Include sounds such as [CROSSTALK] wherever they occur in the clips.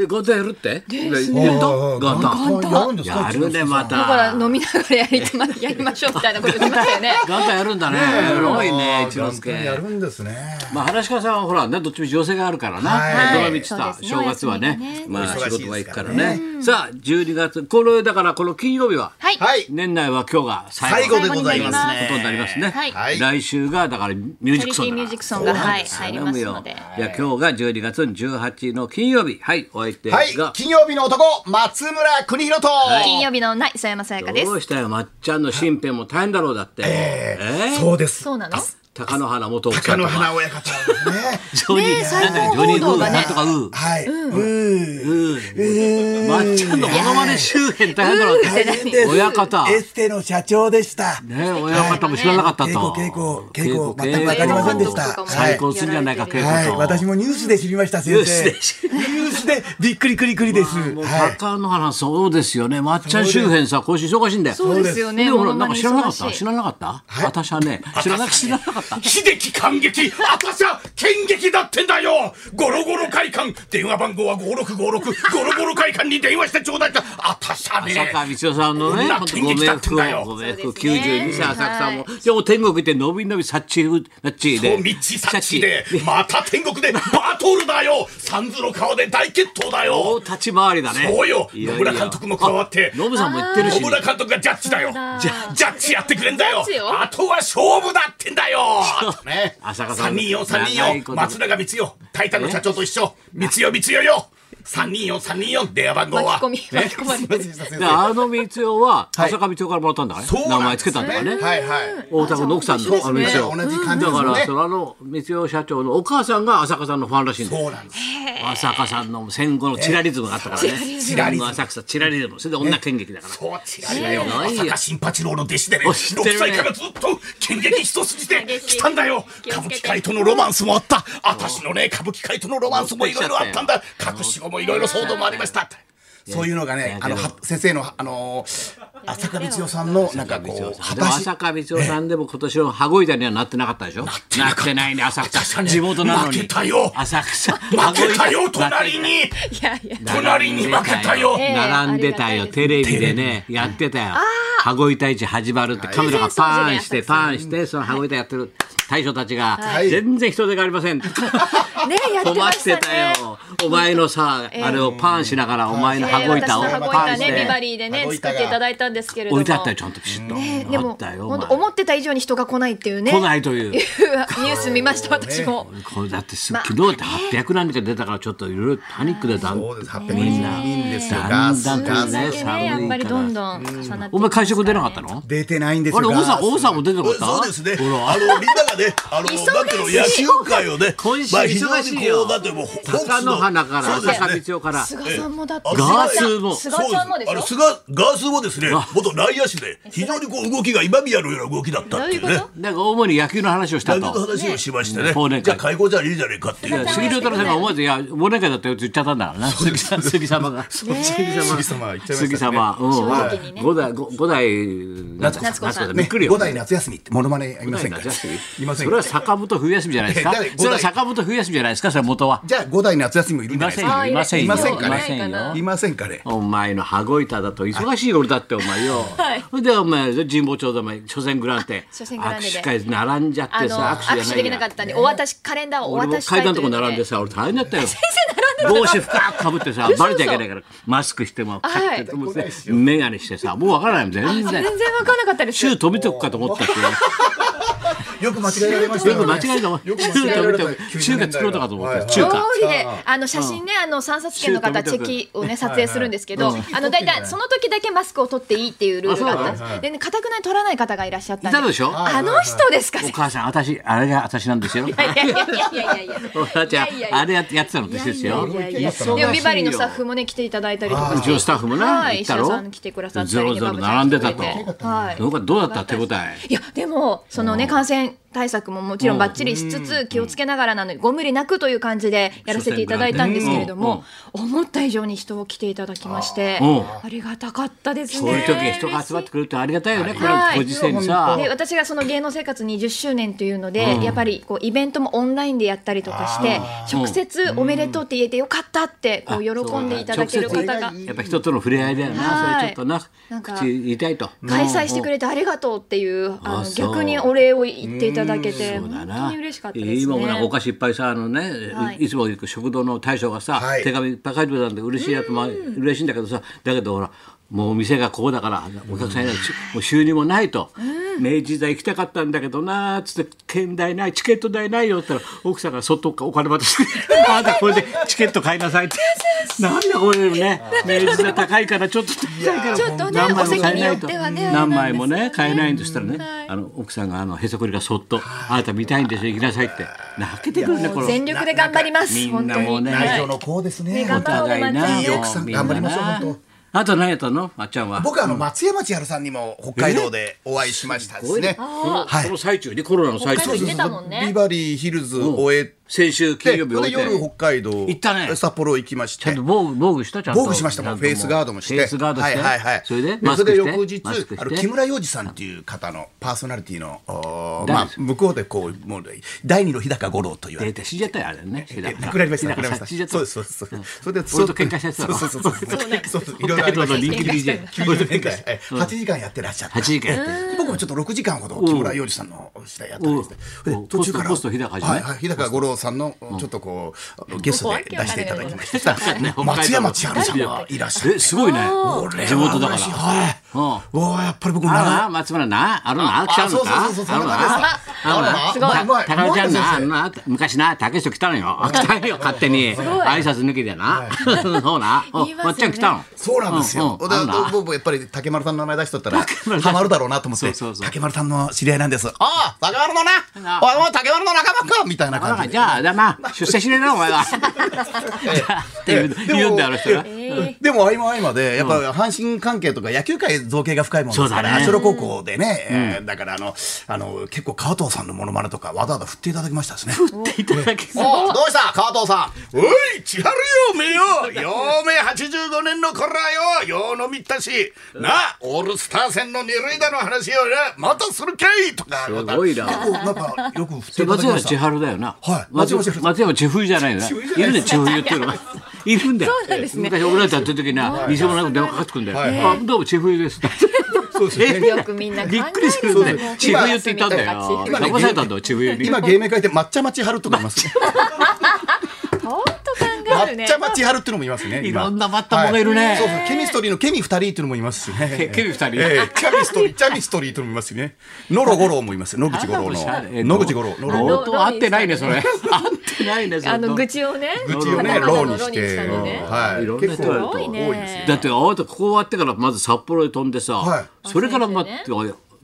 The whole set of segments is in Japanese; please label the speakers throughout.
Speaker 1: えガタンやるって
Speaker 2: です
Speaker 1: やった
Speaker 3: あー
Speaker 1: ガタン
Speaker 2: ン
Speaker 3: やるんですか
Speaker 1: やるねま
Speaker 2: だか
Speaker 1: た
Speaker 2: ら飲みながらやりまやりましょうみたいなこと言ってましたよね
Speaker 1: ガタンやるんだねすごいね一之輔
Speaker 3: やるんですね。
Speaker 1: まあ、話し家さんはほらね、どっちも情勢があるからな、
Speaker 3: はい
Speaker 1: ドラミチさ
Speaker 2: そ
Speaker 1: ん、
Speaker 2: う
Speaker 1: 正
Speaker 2: ですね
Speaker 1: 月はね
Speaker 2: お休みがね
Speaker 1: まあ、
Speaker 3: お忙
Speaker 1: 仕
Speaker 3: しいですからね
Speaker 1: 事は行くからね。さあ、12月、この、だからこの金曜日は、
Speaker 2: はい、
Speaker 3: はい。
Speaker 1: 年内は今日が最
Speaker 3: 最
Speaker 1: 後
Speaker 3: 後でございますね。
Speaker 1: ことになりますね。
Speaker 2: はい
Speaker 3: はい
Speaker 1: 来週が、だからミュージックソング。
Speaker 2: チャリティーミュージックソングがはい
Speaker 1: そう
Speaker 2: 入り
Speaker 1: なん
Speaker 2: ま
Speaker 1: ですよ
Speaker 2: ので
Speaker 1: いや、今日が12月18の金曜日。はい、お相手
Speaker 3: はい。
Speaker 1: が。
Speaker 3: 金曜日の男、松村邦弘と。
Speaker 2: [LAUGHS] 金曜日のない磯山さやかです
Speaker 1: どうしたよ、まっちゃんの身辺も大変だろうだって。ええ
Speaker 3: そうです。
Speaker 2: そうなの
Speaker 1: 高野花元奥さ
Speaker 3: 鷹
Speaker 1: んと
Speaker 3: の
Speaker 1: か。
Speaker 3: 花親方ですね。
Speaker 1: ジョニー、
Speaker 2: ねえ最
Speaker 1: な
Speaker 2: 高
Speaker 1: んだっけジョニー・
Speaker 2: 報
Speaker 1: ウー
Speaker 2: 道がね
Speaker 1: なんとかウー。
Speaker 3: はい。うー。
Speaker 1: まっちゃんのモノマネ周辺大変だろうって。親方。
Speaker 4: エステの社長でした。
Speaker 1: ね、親方も知らなかった
Speaker 4: 稽
Speaker 1: と。
Speaker 4: 古稽
Speaker 1: 稽
Speaker 4: 古稽古
Speaker 1: 古
Speaker 4: 全くわかりませんでし
Speaker 2: 稽
Speaker 4: た。
Speaker 2: 古
Speaker 4: は
Speaker 1: 最
Speaker 4: い。
Speaker 1: 高するんじゃないか、稽
Speaker 4: はい、
Speaker 1: 古と。
Speaker 4: 私もニュースで知りました先生。
Speaker 1: ニ
Speaker 4: ニ
Speaker 1: ュ
Speaker 4: ュ
Speaker 1: ース
Speaker 4: ースでびっくりくりくりです。
Speaker 1: もう
Speaker 4: はい。
Speaker 1: 高野花そうですよね。まっちゃん周辺さ、今週忙しいんだよ。
Speaker 2: そうですよね
Speaker 1: でもほら、
Speaker 2: モ
Speaker 1: なん
Speaker 2: ノマ
Speaker 1: か
Speaker 2: ネ
Speaker 1: 知らなかっ
Speaker 2: 忙
Speaker 1: た
Speaker 2: し
Speaker 1: 知らなかった私
Speaker 2: い
Speaker 1: はね、知らな知らなかった。
Speaker 5: [LAUGHS] 秀樹感激私は剣劇だってんだよゴロゴロ会館電話番号は5656ゴロゴロ会館に電話してちょうだいって私はね
Speaker 1: 坂道夫さんのね、
Speaker 5: 女
Speaker 1: ご
Speaker 5: 剣
Speaker 1: 冥
Speaker 5: 劇だって
Speaker 1: 福
Speaker 5: んだ
Speaker 1: を、
Speaker 5: よ
Speaker 1: ご冥福
Speaker 2: そうですね
Speaker 1: 92歳、浅草も
Speaker 2: は。
Speaker 1: でも天国行って、のびのび、サッチー、ナッチーで。
Speaker 5: 道察知でまた天国でバトルだよ三途の川で大決闘だ
Speaker 1: お
Speaker 5: よ
Speaker 1: 立ち回りだね。
Speaker 5: そうよ
Speaker 1: いやいや
Speaker 5: 野村監督も加わって
Speaker 1: あノブさんも言ってるし
Speaker 5: 小。村監督がジャッジだよジャジャッジやってくれんだよ
Speaker 2: ジャッジよ
Speaker 5: あとは勝負だってんだよ
Speaker 3: [LAUGHS]
Speaker 5: ね
Speaker 1: 浅香さん
Speaker 5: 三人よ三
Speaker 1: 長
Speaker 5: 人
Speaker 1: いこと
Speaker 5: よ松永光代タイタンの社長と一緒光代光代よ三人よ三人よ電話番号
Speaker 2: 巻
Speaker 5: は
Speaker 2: き込み巻き込まれてる
Speaker 1: で、あの光代は、浅香道夫からもらったんだからね
Speaker 5: そうなん
Speaker 1: 名前
Speaker 5: です
Speaker 1: つけたんだからね。
Speaker 3: はいはい。
Speaker 1: 大田区の奥さんのあの光代。
Speaker 3: 同じ感じ
Speaker 1: だ
Speaker 3: で
Speaker 1: か
Speaker 3: す
Speaker 1: ら、
Speaker 3: ね
Speaker 1: そ。のあの光代社長のお母さんが浅香さんのファンらしいんだよ
Speaker 3: そうなんです。
Speaker 1: 浅香さんの戦後のチラリズムがあったからね。
Speaker 3: チラリズ
Speaker 1: 戦後
Speaker 3: ム
Speaker 1: 浅草チラリズム。それで女剣劇だから。
Speaker 5: そう違うだよ
Speaker 1: すごいよ
Speaker 5: 朝香新八郎の弟子でね
Speaker 1: お
Speaker 5: 6
Speaker 1: 知ってるね
Speaker 5: 歳からずっと剣劇一筋で来たんだよ歌舞伎界とのロマンスもあった私のね歌舞伎界とのロマンスもいろいろあったんだ隠し子もいろいろ騒動もありました
Speaker 3: そういうのがね、あのは先生のあの浅香道夫さんのなんかこ
Speaker 1: でも
Speaker 3: う果たし
Speaker 1: 浅香光代さんでも今年の羽子板にはなってなかったでしょな
Speaker 5: てなかった
Speaker 1: てないね浅
Speaker 5: 私
Speaker 1: 草
Speaker 5: はね
Speaker 1: 地元なのに
Speaker 5: 負けたよ
Speaker 1: 浅草
Speaker 5: 負けたよ
Speaker 1: 羽子板
Speaker 5: 隣に
Speaker 2: いやいや
Speaker 5: 隣に負けたよ
Speaker 2: ええ
Speaker 1: 並んでたよ
Speaker 2: ありがたいです
Speaker 1: テレビでねやってたよ羽子板市始まるってカメラがパーンしてパーンしてその羽子板やってる大将たちが
Speaker 3: い
Speaker 1: 全然人手がありません
Speaker 2: ねやって
Speaker 1: 飛ば
Speaker 2: ま
Speaker 1: し
Speaker 2: してた
Speaker 1: た
Speaker 2: ね
Speaker 1: よお前のさあれをパンしながらお前
Speaker 2: え
Speaker 1: の
Speaker 2: ー
Speaker 1: 羽子板を
Speaker 2: 私
Speaker 1: パ
Speaker 2: の羽子
Speaker 1: ン
Speaker 2: 板
Speaker 1: し
Speaker 2: ねビバ
Speaker 1: て
Speaker 2: リーでね
Speaker 3: 羽子板
Speaker 2: 作っ
Speaker 3: が
Speaker 2: ていただいたんですけれど
Speaker 1: 置
Speaker 2: も
Speaker 1: いてあったよちゃんとピシッと
Speaker 2: ねで
Speaker 1: あっ
Speaker 2: も
Speaker 1: たよお
Speaker 2: 本当
Speaker 1: 前
Speaker 2: 思ってた以上に人が来ないっていうね
Speaker 1: 来ないという
Speaker 2: [LAUGHS] ニュース見ました私も
Speaker 1: これだってす昨日だって800何人か出たからちょっといろいろパニックでだん
Speaker 3: そうです。800
Speaker 1: みんな
Speaker 3: 人ですよ。
Speaker 1: だ
Speaker 3: ガ
Speaker 1: ん
Speaker 3: ス
Speaker 1: だん
Speaker 3: ガ
Speaker 1: とね
Speaker 3: ス
Speaker 2: ねやっ
Speaker 1: 寒
Speaker 2: ぱ
Speaker 1: い
Speaker 2: り
Speaker 1: か
Speaker 2: どん
Speaker 1: ら
Speaker 2: どん重なって
Speaker 1: お前会食出なかったの
Speaker 3: 出てないんです
Speaker 1: あれ
Speaker 3: よ。
Speaker 1: 王さん
Speaker 3: ガス
Speaker 1: 王さんも出てなかった
Speaker 6: そうですね。ほら、あの、みんながね、あの、
Speaker 2: 忙しい
Speaker 6: なんていうの、野球界をね、
Speaker 1: 今週
Speaker 6: まあ非常
Speaker 1: 忙しい
Speaker 6: に
Speaker 1: よ
Speaker 6: こう、なんていうの、もう、ホークス
Speaker 1: 高野花から
Speaker 6: そうです
Speaker 1: 浅
Speaker 6: ね。
Speaker 1: 香道夫から
Speaker 2: 菅さんもだって
Speaker 6: え
Speaker 1: ガスも
Speaker 2: 菅ちゃんもでし
Speaker 6: あの、
Speaker 2: ょ
Speaker 6: 菅、ガースもですね、元内野手で、非常にこう、動きが今宮のような動きだったっていう
Speaker 2: どうい
Speaker 6: ね
Speaker 2: うこ。
Speaker 1: なんか主に野球の話をし
Speaker 6: 野
Speaker 1: た
Speaker 6: 球の
Speaker 1: と。
Speaker 6: 話をしまして
Speaker 1: うん
Speaker 6: ね
Speaker 1: 忘年会。
Speaker 6: じゃあ、会合じゃいいじゃねえかっていう。
Speaker 1: 杉良太郎さんが思わず「いや忘年会だったよ」って言っちゃったんだからな杉さん杉様が
Speaker 3: 杉様言っちゃいましたね
Speaker 1: 杉様うん
Speaker 2: 正直にね
Speaker 1: 五代五代夏
Speaker 2: 夏子さ
Speaker 1: さ
Speaker 2: ん
Speaker 1: んび
Speaker 3: ね、
Speaker 1: っくりよ
Speaker 3: 五代夏休みってモノマネありませんか。いません
Speaker 1: それは坂本冬休みじゃないですか
Speaker 3: え誰
Speaker 1: それは坂本冬休みじゃないですかそれは元は
Speaker 3: じゃあ五代夏休みもいる
Speaker 1: い
Speaker 3: んじゃ
Speaker 1: ま
Speaker 3: ない
Speaker 1: せ
Speaker 3: で
Speaker 1: ん
Speaker 3: すか。
Speaker 1: よいませんよ
Speaker 3: いません
Speaker 1: いませ
Speaker 3: かね
Speaker 1: んよ
Speaker 3: いませんかね。
Speaker 1: お前の羽子板だと忙しい俺だってお前よ。それでお前神保町でお前初戦グランテ
Speaker 2: 初戦グランテで
Speaker 1: 握手会並んじゃっ
Speaker 2: あ
Speaker 1: て
Speaker 2: の
Speaker 1: さ
Speaker 2: 握手でき
Speaker 1: や
Speaker 2: なかったんでお渡しカレンダーをお
Speaker 1: 俺も
Speaker 2: 渡し会
Speaker 1: 階段のとこ
Speaker 2: いう
Speaker 1: 並んでさ俺大変だ
Speaker 2: [LAUGHS]
Speaker 1: ったよ。
Speaker 2: 並んで
Speaker 1: 帽
Speaker 2: た
Speaker 1: 子深くかぶってさ
Speaker 2: 嘘嘘
Speaker 1: バレちゃいけないからマスクしてもパッてもうね眼鏡してさもうわからないもん全
Speaker 2: 全
Speaker 1: 然
Speaker 2: 然。わからなかったです
Speaker 1: シュー飛びとくかと思った
Speaker 2: [LAUGHS]
Speaker 1: って
Speaker 3: よく間違えられました
Speaker 1: よ
Speaker 3: よ
Speaker 1: く
Speaker 3: ね。
Speaker 1: 間違えたもんシュー飛びとく中華作ろうとかと思った中
Speaker 2: [LAUGHS]
Speaker 1: 華
Speaker 2: 大喜利であの写真ねあの三冊券の方チェキをね撮影するんですけどあの大体その時だけマスクを取っていいっていうルールがあったんですでね固くない取らない方がいらっしゃった
Speaker 1: い
Speaker 2: んで
Speaker 1: たでしょ
Speaker 2: あの人ですか
Speaker 1: お
Speaker 2: ね
Speaker 1: 母さん私あれが私なんですよ
Speaker 2: いやいやいやいやいや
Speaker 1: お母ちゃん
Speaker 2: いやいやいや
Speaker 1: あれやってたのと一緒ですよ
Speaker 2: いやいやいやでもビバリーのスタッフもね来ていただいたりとか
Speaker 1: う
Speaker 2: し
Speaker 1: ちの
Speaker 2: て
Speaker 1: スタッフもな、
Speaker 2: はい
Speaker 1: 行っ
Speaker 2: 石
Speaker 1: た
Speaker 2: 田
Speaker 1: ろ
Speaker 2: さん来てくださったり
Speaker 1: ゾロゾロ並んでたと
Speaker 2: はい
Speaker 1: どうかどうだった手応え
Speaker 2: いやでもそのね感染対策ももちろんばっちりしつつ気をつけながらなのでご無理なくという感じでやらせていただいたんですけれども思った以上に人を来ていただきまして
Speaker 1: うん
Speaker 2: ありがたかったです
Speaker 1: そう
Speaker 2: ね
Speaker 1: いう時に人が集まってくれるってありがたいよね、この
Speaker 2: はい
Speaker 1: ご時世にさ。
Speaker 2: で私がその芸能生活20周年というので、やっぱりこうイベントもオンラインでやったりとかして直接おめでとうって言えてよかったってこう喜んでいただける方が
Speaker 1: やっぱ人との触れ合いだよな、
Speaker 2: はい
Speaker 1: それちょっとな
Speaker 2: なんか
Speaker 1: 口言いたいと
Speaker 2: 開催してく
Speaker 1: れ
Speaker 2: れてありがとうっていうあ
Speaker 1: あ
Speaker 2: の
Speaker 1: そう
Speaker 2: 逆にお礼を言っていただけて
Speaker 1: そうだ
Speaker 2: 本
Speaker 1: な
Speaker 2: 当に嬉しかったですね。
Speaker 1: 今もなんかお菓子いっぱいさあのね、
Speaker 2: はい
Speaker 1: い、つも行く食堂の大将がさ、
Speaker 3: はい
Speaker 1: 手紙いっぱい書いてくれたんで嬉しいやつも嬉しいんだけどさだけどほらもうお店がここだからお客さんいないしもう収入もないと、明治時代行きたかったんだけどなーっつって券代ないチケット代ないよって言ったら奥さんがそっとお金渡して [LAUGHS] くれてあんたこれでチケット買いなさいってなんだこれね明治時代高いからちょっと高いから
Speaker 2: ちょっとね
Speaker 1: 何枚も買えない
Speaker 2: お席
Speaker 1: と
Speaker 2: によってはね
Speaker 1: 何枚もね買えないんでしたらね
Speaker 2: はい
Speaker 1: あの奥さんがあのへそくりがそっと「あなた見たいんでしょ行きなさい」って泣けてくるねこの
Speaker 2: 全力で頑張ります。
Speaker 1: みん
Speaker 2: 本
Speaker 1: な
Speaker 2: 当
Speaker 1: もう
Speaker 2: に。
Speaker 1: ね
Speaker 3: 内
Speaker 2: は
Speaker 3: 情
Speaker 2: い
Speaker 3: の子ですね。
Speaker 2: ね頑
Speaker 1: お互いない
Speaker 2: い
Speaker 3: 奥さん頑張りましょう本
Speaker 1: 当あと何やったのまっちゃんは
Speaker 3: 僕はあの松山千春さんにも北海道でお会いしましたですね。
Speaker 1: このこの最中にコロナの最中
Speaker 2: 北海道行
Speaker 1: に
Speaker 2: ってたもん
Speaker 3: ビ
Speaker 2: ね。
Speaker 3: バリーヒルズ終えて、
Speaker 1: 先週金曜日
Speaker 3: そ
Speaker 1: 終
Speaker 3: れ
Speaker 1: え
Speaker 3: で夜
Speaker 1: て
Speaker 3: 北海道
Speaker 1: 行ったね
Speaker 3: 札幌行きまし
Speaker 1: ちゃん
Speaker 3: て
Speaker 1: と。防具防具したちゃんと
Speaker 3: 防具しましたもん、
Speaker 1: ち
Speaker 3: フ
Speaker 1: ゃ
Speaker 3: ェイスガードもして。
Speaker 1: フェイスガードして、
Speaker 3: はいはいはい。
Speaker 1: それでマ
Speaker 3: そ
Speaker 1: スク
Speaker 3: れで
Speaker 1: して
Speaker 3: 翌日
Speaker 1: マスクして
Speaker 3: あの、木村洋二さんっていう方のパーソナリティの、おー
Speaker 1: 誰
Speaker 3: まあ
Speaker 1: で、す
Speaker 3: 向こうでこう、もう、第二の日高五郎と言われ
Speaker 1: 出
Speaker 3: て。
Speaker 1: て死んじゃったよあれね死んじゃ
Speaker 3: え
Speaker 1: った
Speaker 3: なくなりました、な
Speaker 1: 死
Speaker 3: く
Speaker 1: ん
Speaker 3: な
Speaker 1: じゃっ死ん
Speaker 3: りましたた。
Speaker 1: じゃった
Speaker 3: そうです、そうです。それで、
Speaker 1: 俺と喧嘩したやつだ
Speaker 3: そうそうそうそう。そう、いろいろ
Speaker 1: 北海
Speaker 3: あり
Speaker 1: 道の
Speaker 3: ました
Speaker 1: 人気 DJ
Speaker 3: 90年代、8時間やってらっしゃって
Speaker 1: 8時間やってる
Speaker 3: 僕もちょっと6時間ほど木村洋二さんの時代やったんですね
Speaker 1: うん
Speaker 3: で
Speaker 1: うん
Speaker 3: 途中から
Speaker 1: ポストポスト日高じゃない
Speaker 3: はいはい日高五郎さんのちょっとこうゲストで出していただきました
Speaker 1: ね北海道
Speaker 3: 松山千春さんがいらっしゃって
Speaker 1: えすごいね
Speaker 3: 俺は
Speaker 1: 地元だから
Speaker 3: 嬉しいはい
Speaker 1: うん
Speaker 3: うわやっぱり僕も
Speaker 1: ある
Speaker 3: 長
Speaker 1: な、
Speaker 3: い
Speaker 1: 松村な、あるな、来ちゃうのか。
Speaker 3: あそうそうそうそう
Speaker 1: あるな
Speaker 3: あら
Speaker 1: あ
Speaker 3: あ
Speaker 1: る
Speaker 3: す
Speaker 1: な
Speaker 3: ごい。うまい
Speaker 1: たかちゃん
Speaker 3: うまい
Speaker 1: な、あ
Speaker 3: 先生
Speaker 1: のな、昔な、竹下来たのよ。あ来たのよ、勝手に。挨拶抜きでな。 [LAUGHS] そうな。お
Speaker 2: 言いますよね
Speaker 1: まっちゃん来たの。
Speaker 3: そうなんですよ。
Speaker 1: う
Speaker 3: で
Speaker 1: んうんあるな
Speaker 3: 僕もやっぱり竹丸さんの名前出しとったらハマるだろうなと思って
Speaker 1: そうそうそう
Speaker 3: 竹丸さんの知り合いなんです。ああ竹丸のな。おいもう竹丸の仲間かみたいな
Speaker 1: あ
Speaker 3: 感
Speaker 1: ら
Speaker 3: じ
Speaker 1: じ
Speaker 3: で。
Speaker 1: ゃあ、だな、出世しねえな、お
Speaker 3: [LAUGHS]
Speaker 1: 前は。 [LAUGHS] って言う言うんだよ、あの人な。
Speaker 3: でも合間合間で、やっぱ阪神関係とか野球界造形が深いもんです
Speaker 1: そうだ
Speaker 3: か
Speaker 1: ね
Speaker 3: ら、社、高校でね、えーだからあの、あの、結構川藤さんのモノマネとかわざわざ振っていただきましたですね。
Speaker 1: [LAUGHS] いただき
Speaker 5: おどうした川藤さんおい千春よめよ陽明85年の頃はよよう飲みったしなあオールスター戦の二塁打の話をなまたするかいとか
Speaker 1: すごいな。
Speaker 3: 結構なんかよく振って
Speaker 1: 松
Speaker 3: いただきま
Speaker 1: 山
Speaker 3: し
Speaker 1: 千
Speaker 3: た。
Speaker 1: 春だよな。
Speaker 3: はい
Speaker 1: 松
Speaker 3: 松
Speaker 1: 山
Speaker 3: 山
Speaker 1: 千春。
Speaker 3: 千春
Speaker 1: 松山千冬じゃないよな。い
Speaker 3: 冬じゃない
Speaker 1: るね、千冬っていうの
Speaker 3: [LAUGHS]
Speaker 1: が。いるんだよ。
Speaker 2: そうなんですね
Speaker 1: 昔俺らとやってる時には、西村君電話かかってくんだよ。あ、どうも千冬です。そう [LAUGHS] です
Speaker 2: よくみんな考え
Speaker 1: びっくりするんだよ。千冬って言ったんだよ。
Speaker 3: 今ね
Speaker 1: 騙されたんだよ、千冬に。
Speaker 3: 今芸名書いて抹茶町春とかいます。
Speaker 2: 本当考えるね
Speaker 3: 抹。茶町春っていうのもいますね。
Speaker 1: い
Speaker 3: 今
Speaker 1: ろんなバッタもんがいるね
Speaker 3: はそうそう、ケミストリーのケミ二人っていうのもいますしね。
Speaker 1: [LAUGHS] ケミ二人
Speaker 3: ええキャミストリー、キャミストリーともいますしね。ノロゴロもいます。野口五郎の。野口五郎、ノロゴ
Speaker 1: 本
Speaker 3: ロ。
Speaker 1: 当合ってないね、それ。合ってないね、それ。
Speaker 2: あの愚痴をね。
Speaker 3: 愚痴を
Speaker 2: カ
Speaker 3: ね、
Speaker 2: タカナ
Speaker 3: ロ
Speaker 2: の
Speaker 3: ーにして。
Speaker 2: ローにしたのね
Speaker 3: はい
Speaker 1: ろん
Speaker 3: い。
Speaker 1: な
Speaker 3: 結
Speaker 1: 人
Speaker 3: 構
Speaker 1: がいると
Speaker 2: 多い
Speaker 3: 多いですよ。
Speaker 2: ね。
Speaker 1: だってあなたここ終わってからまず札幌へ飛んでさ、
Speaker 3: はい
Speaker 1: それからまって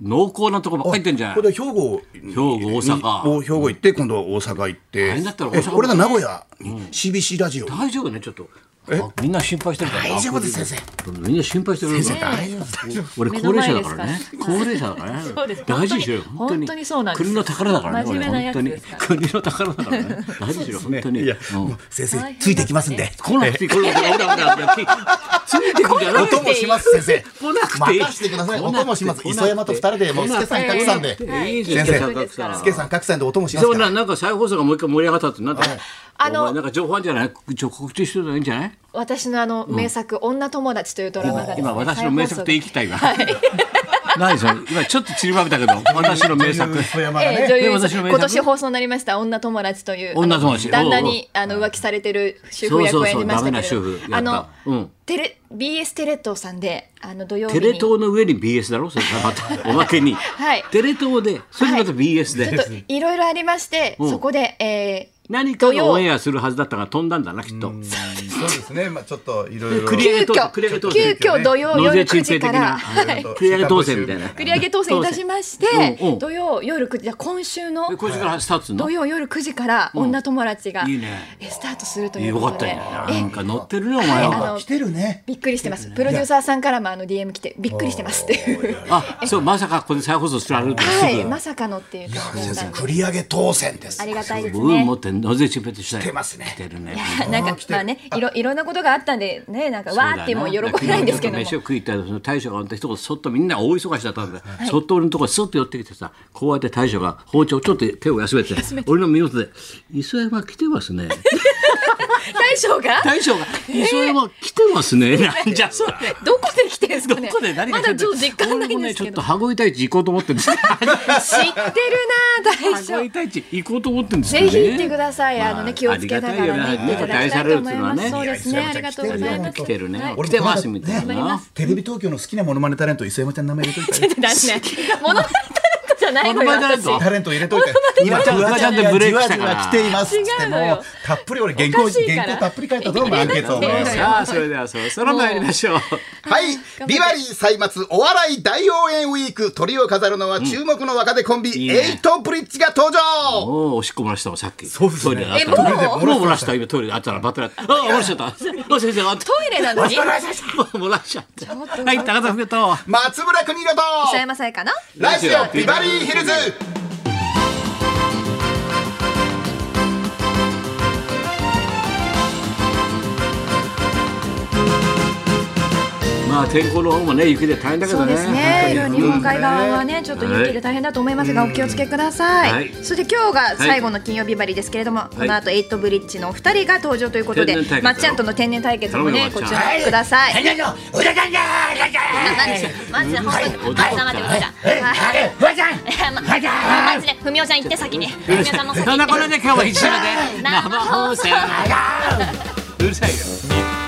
Speaker 1: 濃厚なとこばっかり行ってんじゃない
Speaker 3: これで兵庫兵
Speaker 1: 庫大阪
Speaker 3: 兵庫行って今度大阪行って
Speaker 1: 大変だったら大
Speaker 3: え
Speaker 1: 阪
Speaker 3: これが名古屋に CBC ラジオ
Speaker 1: 大丈夫ねちょっとあみんな心配してるから
Speaker 3: 大丈夫です先
Speaker 1: みんな心配してるから
Speaker 3: 大丈夫です大丈夫です
Speaker 1: 俺高齢者だからね
Speaker 2: 目の前で
Speaker 1: 高齢
Speaker 2: すか [LAUGHS]
Speaker 1: 者だからね
Speaker 2: そうです
Speaker 1: 大事にしろよ
Speaker 2: 本当に本当にそうなんです
Speaker 1: 国の宝だからね
Speaker 2: 真面目な
Speaker 1: 俺本
Speaker 2: や
Speaker 1: 当
Speaker 2: つ
Speaker 1: に
Speaker 2: ですから
Speaker 1: 国の宝だから
Speaker 3: [LAUGHS]
Speaker 1: ね大事にしろ本当に
Speaker 3: いや
Speaker 1: うん
Speaker 3: もう先生ついていきますんで
Speaker 1: 来なくていい来なくていいほらほらほらついてくんじゃない
Speaker 3: 音もします先生
Speaker 1: 来なくていい
Speaker 3: 任せてください
Speaker 1: 来なく
Speaker 3: 音もしま
Speaker 1: 来なく
Speaker 3: す
Speaker 1: て
Speaker 3: 磯山と二人でも
Speaker 1: 来
Speaker 3: う
Speaker 1: なくて
Speaker 3: 助さん格さんで
Speaker 1: いいじゃん
Speaker 3: 先生
Speaker 1: 助格さん
Speaker 3: 助さん格さんで音もしま
Speaker 1: で
Speaker 3: す
Speaker 1: も
Speaker 3: から
Speaker 1: ななんか再放送がもう一回盛り上がったってなんだ、
Speaker 2: あ
Speaker 1: お
Speaker 2: の
Speaker 1: 前なんか情報あるんじゃないちょ告知してるのがいいんじゃない
Speaker 2: 私のあの名作、女友達というドラマがですね
Speaker 1: 今私の名作と言い切った今
Speaker 2: はい
Speaker 1: 何それ今ちょっと散りばめ [LAUGHS] たけど私の名作
Speaker 3: 磯山が
Speaker 2: ええ
Speaker 3: ね
Speaker 2: 女
Speaker 1: で
Speaker 2: 優
Speaker 1: 私の名作
Speaker 2: 今年放送になりました女友達という
Speaker 1: 女友達
Speaker 2: あの旦那にあの浮気されてる主婦役をやりましたけれど
Speaker 1: そうそうそうダメな主婦や
Speaker 2: あ
Speaker 1: った
Speaker 2: の、
Speaker 1: うん
Speaker 2: テレ BS テレ東さんであの土曜日
Speaker 1: [LAUGHS] テ
Speaker 2: に
Speaker 1: レ東の上に BS だろそれまたおまけに、
Speaker 2: [LAUGHS] はい
Speaker 1: テレ東でそれでまた BS で、
Speaker 2: ちょっといろいろありまして、
Speaker 1: ん
Speaker 2: そこで、えー
Speaker 1: 何か
Speaker 2: 土
Speaker 1: が
Speaker 2: 曜
Speaker 1: オンエアするはずだったが飛んだんだなきっと。
Speaker 7: そうですね。まあちょっといろいろ。
Speaker 1: 繰り
Speaker 2: 急
Speaker 1: 上げ当
Speaker 2: 遽
Speaker 1: 繰り上げ当
Speaker 2: 急
Speaker 1: 選。
Speaker 2: 遽土曜
Speaker 1: 納税鎮
Speaker 2: 夜9
Speaker 1: 定
Speaker 2: 時
Speaker 1: 的
Speaker 2: から
Speaker 1: な
Speaker 2: はい
Speaker 1: 繰り上げ当選みたいな。
Speaker 2: 繰り上げ当選いたしまして
Speaker 1: うんうん
Speaker 2: 土曜夜9時じゃあ今週の
Speaker 1: でこれからスタートするの
Speaker 2: 土。曜夜9時から女友達が
Speaker 1: いいね
Speaker 2: えスタートするという
Speaker 1: よ
Speaker 2: こ
Speaker 1: かっ
Speaker 2: と
Speaker 1: た
Speaker 2: で
Speaker 1: よ。なんか乗ってるねお
Speaker 2: え
Speaker 1: 前
Speaker 2: あ
Speaker 1: は。
Speaker 2: の
Speaker 4: 来てるね。
Speaker 2: びっくりしてますプロデューサーさんからもあの DM 来てびっくりしてますっていう
Speaker 1: あそうまさかここで再放送してられるってす
Speaker 2: はい
Speaker 1: ぐ。
Speaker 2: まさかのっていう感じだったんで
Speaker 3: 繰り上げ当選です
Speaker 2: ありがたいです
Speaker 1: 運
Speaker 2: ね
Speaker 1: 持って納税チンペットしたい。来
Speaker 3: てますね
Speaker 1: 来てるね。
Speaker 2: [LAUGHS] なんかまあねいろいろんなことがあったんでねなんかわーってもう喜べないんですけども
Speaker 1: 飯を食いたいその大将があんた一言そっとみんな大忙しだったんだ、そっと俺のところにそっと寄ってきてさこうやって大将が包丁ちょっと手を休めて俺の身元で「磯山来てますね」
Speaker 2: 大将が
Speaker 1: 大将が「磯山来てますね」なんじゃそれ。
Speaker 2: どこで来てるんです
Speaker 1: ど
Speaker 2: かね
Speaker 1: こで何が
Speaker 2: まだちょっと実感な
Speaker 1: 俺
Speaker 2: い
Speaker 1: も
Speaker 2: んで
Speaker 1: ね
Speaker 2: す
Speaker 1: ちょ
Speaker 2: け
Speaker 1: っと
Speaker 2: ど
Speaker 1: 羽子板市行こうと思ってるんですよ
Speaker 2: 知ってるなあ大
Speaker 1: 羽
Speaker 2: 将
Speaker 1: 子板市行こうと思ってるんですけ
Speaker 2: ぜ
Speaker 1: どね
Speaker 2: ひ行ってください。あの
Speaker 1: まあ
Speaker 2: ね、気をつけながらね、行っていただきたいと思います。そうですね、ありがとうございます。
Speaker 1: 来てるね、
Speaker 2: はい
Speaker 1: 来てますみたい
Speaker 2: 頑張りま
Speaker 1: な
Speaker 2: す。
Speaker 4: テレビ東京の好きなモノマネタレント磯山ちゃんの名前入れといた
Speaker 2: だ [LAUGHS] ってね、モノマネタレントじゃないのよ。
Speaker 1: モノマネタレント
Speaker 2: 私
Speaker 7: タレント入れといて。今
Speaker 1: フワちゃんでブレイクしたから
Speaker 7: じわじわ来ていますっつって
Speaker 2: 違うの
Speaker 7: も
Speaker 2: よ
Speaker 7: うたっぷり俺原稿
Speaker 2: おかしいから
Speaker 7: 原稿たっぷり書いたぞ。アンケートを
Speaker 2: 入れなくていいのよ
Speaker 1: さあそれではそろそろ参りましょう。
Speaker 8: はい、ビバリー歳末お笑い大応援ウィークトリを飾るのは注目の若手コンビ、
Speaker 1: いね
Speaker 8: エイトブリッジが登場
Speaker 1: おお、おしっこ漏らしたもん、さっき。そうですね。
Speaker 2: えもう
Speaker 1: もう漏らした、今トイレであったら、バタラ。ああ、漏らしちゃった。お先生、あ
Speaker 2: トイレなのに、
Speaker 1: もう漏らしちゃった。
Speaker 2: ょっと
Speaker 1: はい、高田文夫と。
Speaker 8: 松村邦洋と
Speaker 2: 磯山さやかな。
Speaker 8: ラジオビバリーヒルズ
Speaker 1: まあ、天候の方もね、雪で大変だけ
Speaker 2: そ
Speaker 1: ど
Speaker 2: う
Speaker 1: ね。
Speaker 2: ですね。いろいろ日本海側はね、ちょっと
Speaker 1: はい
Speaker 2: 雪で大変だと思いますが、お気をつけくださ
Speaker 1: はい
Speaker 2: い。そして今日が最後の金曜日バリですけれども、この後エイトブリッジのお二人が登場ということで
Speaker 1: 天然対決、
Speaker 2: まっちゃんとの天然対決も
Speaker 1: 頼
Speaker 2: ね、
Speaker 1: む
Speaker 2: ご
Speaker 1: よ
Speaker 2: 注
Speaker 1: まっ
Speaker 2: 目
Speaker 1: ちゃん
Speaker 2: ください。
Speaker 4: い。のうだちゃんだうだちゃ
Speaker 2: なんでしょうまず本当に本当に黙ってください。はい
Speaker 4: んうだちゃん
Speaker 2: ままずね、ふみおちゃん行って先に。ふみおちゃんも先
Speaker 1: そんな
Speaker 2: 行って [LAUGHS]
Speaker 1: こ。とで今日は一緒で
Speaker 2: 生
Speaker 1: 生
Speaker 2: 放
Speaker 1: 放
Speaker 2: 送
Speaker 1: 送うるさいよ。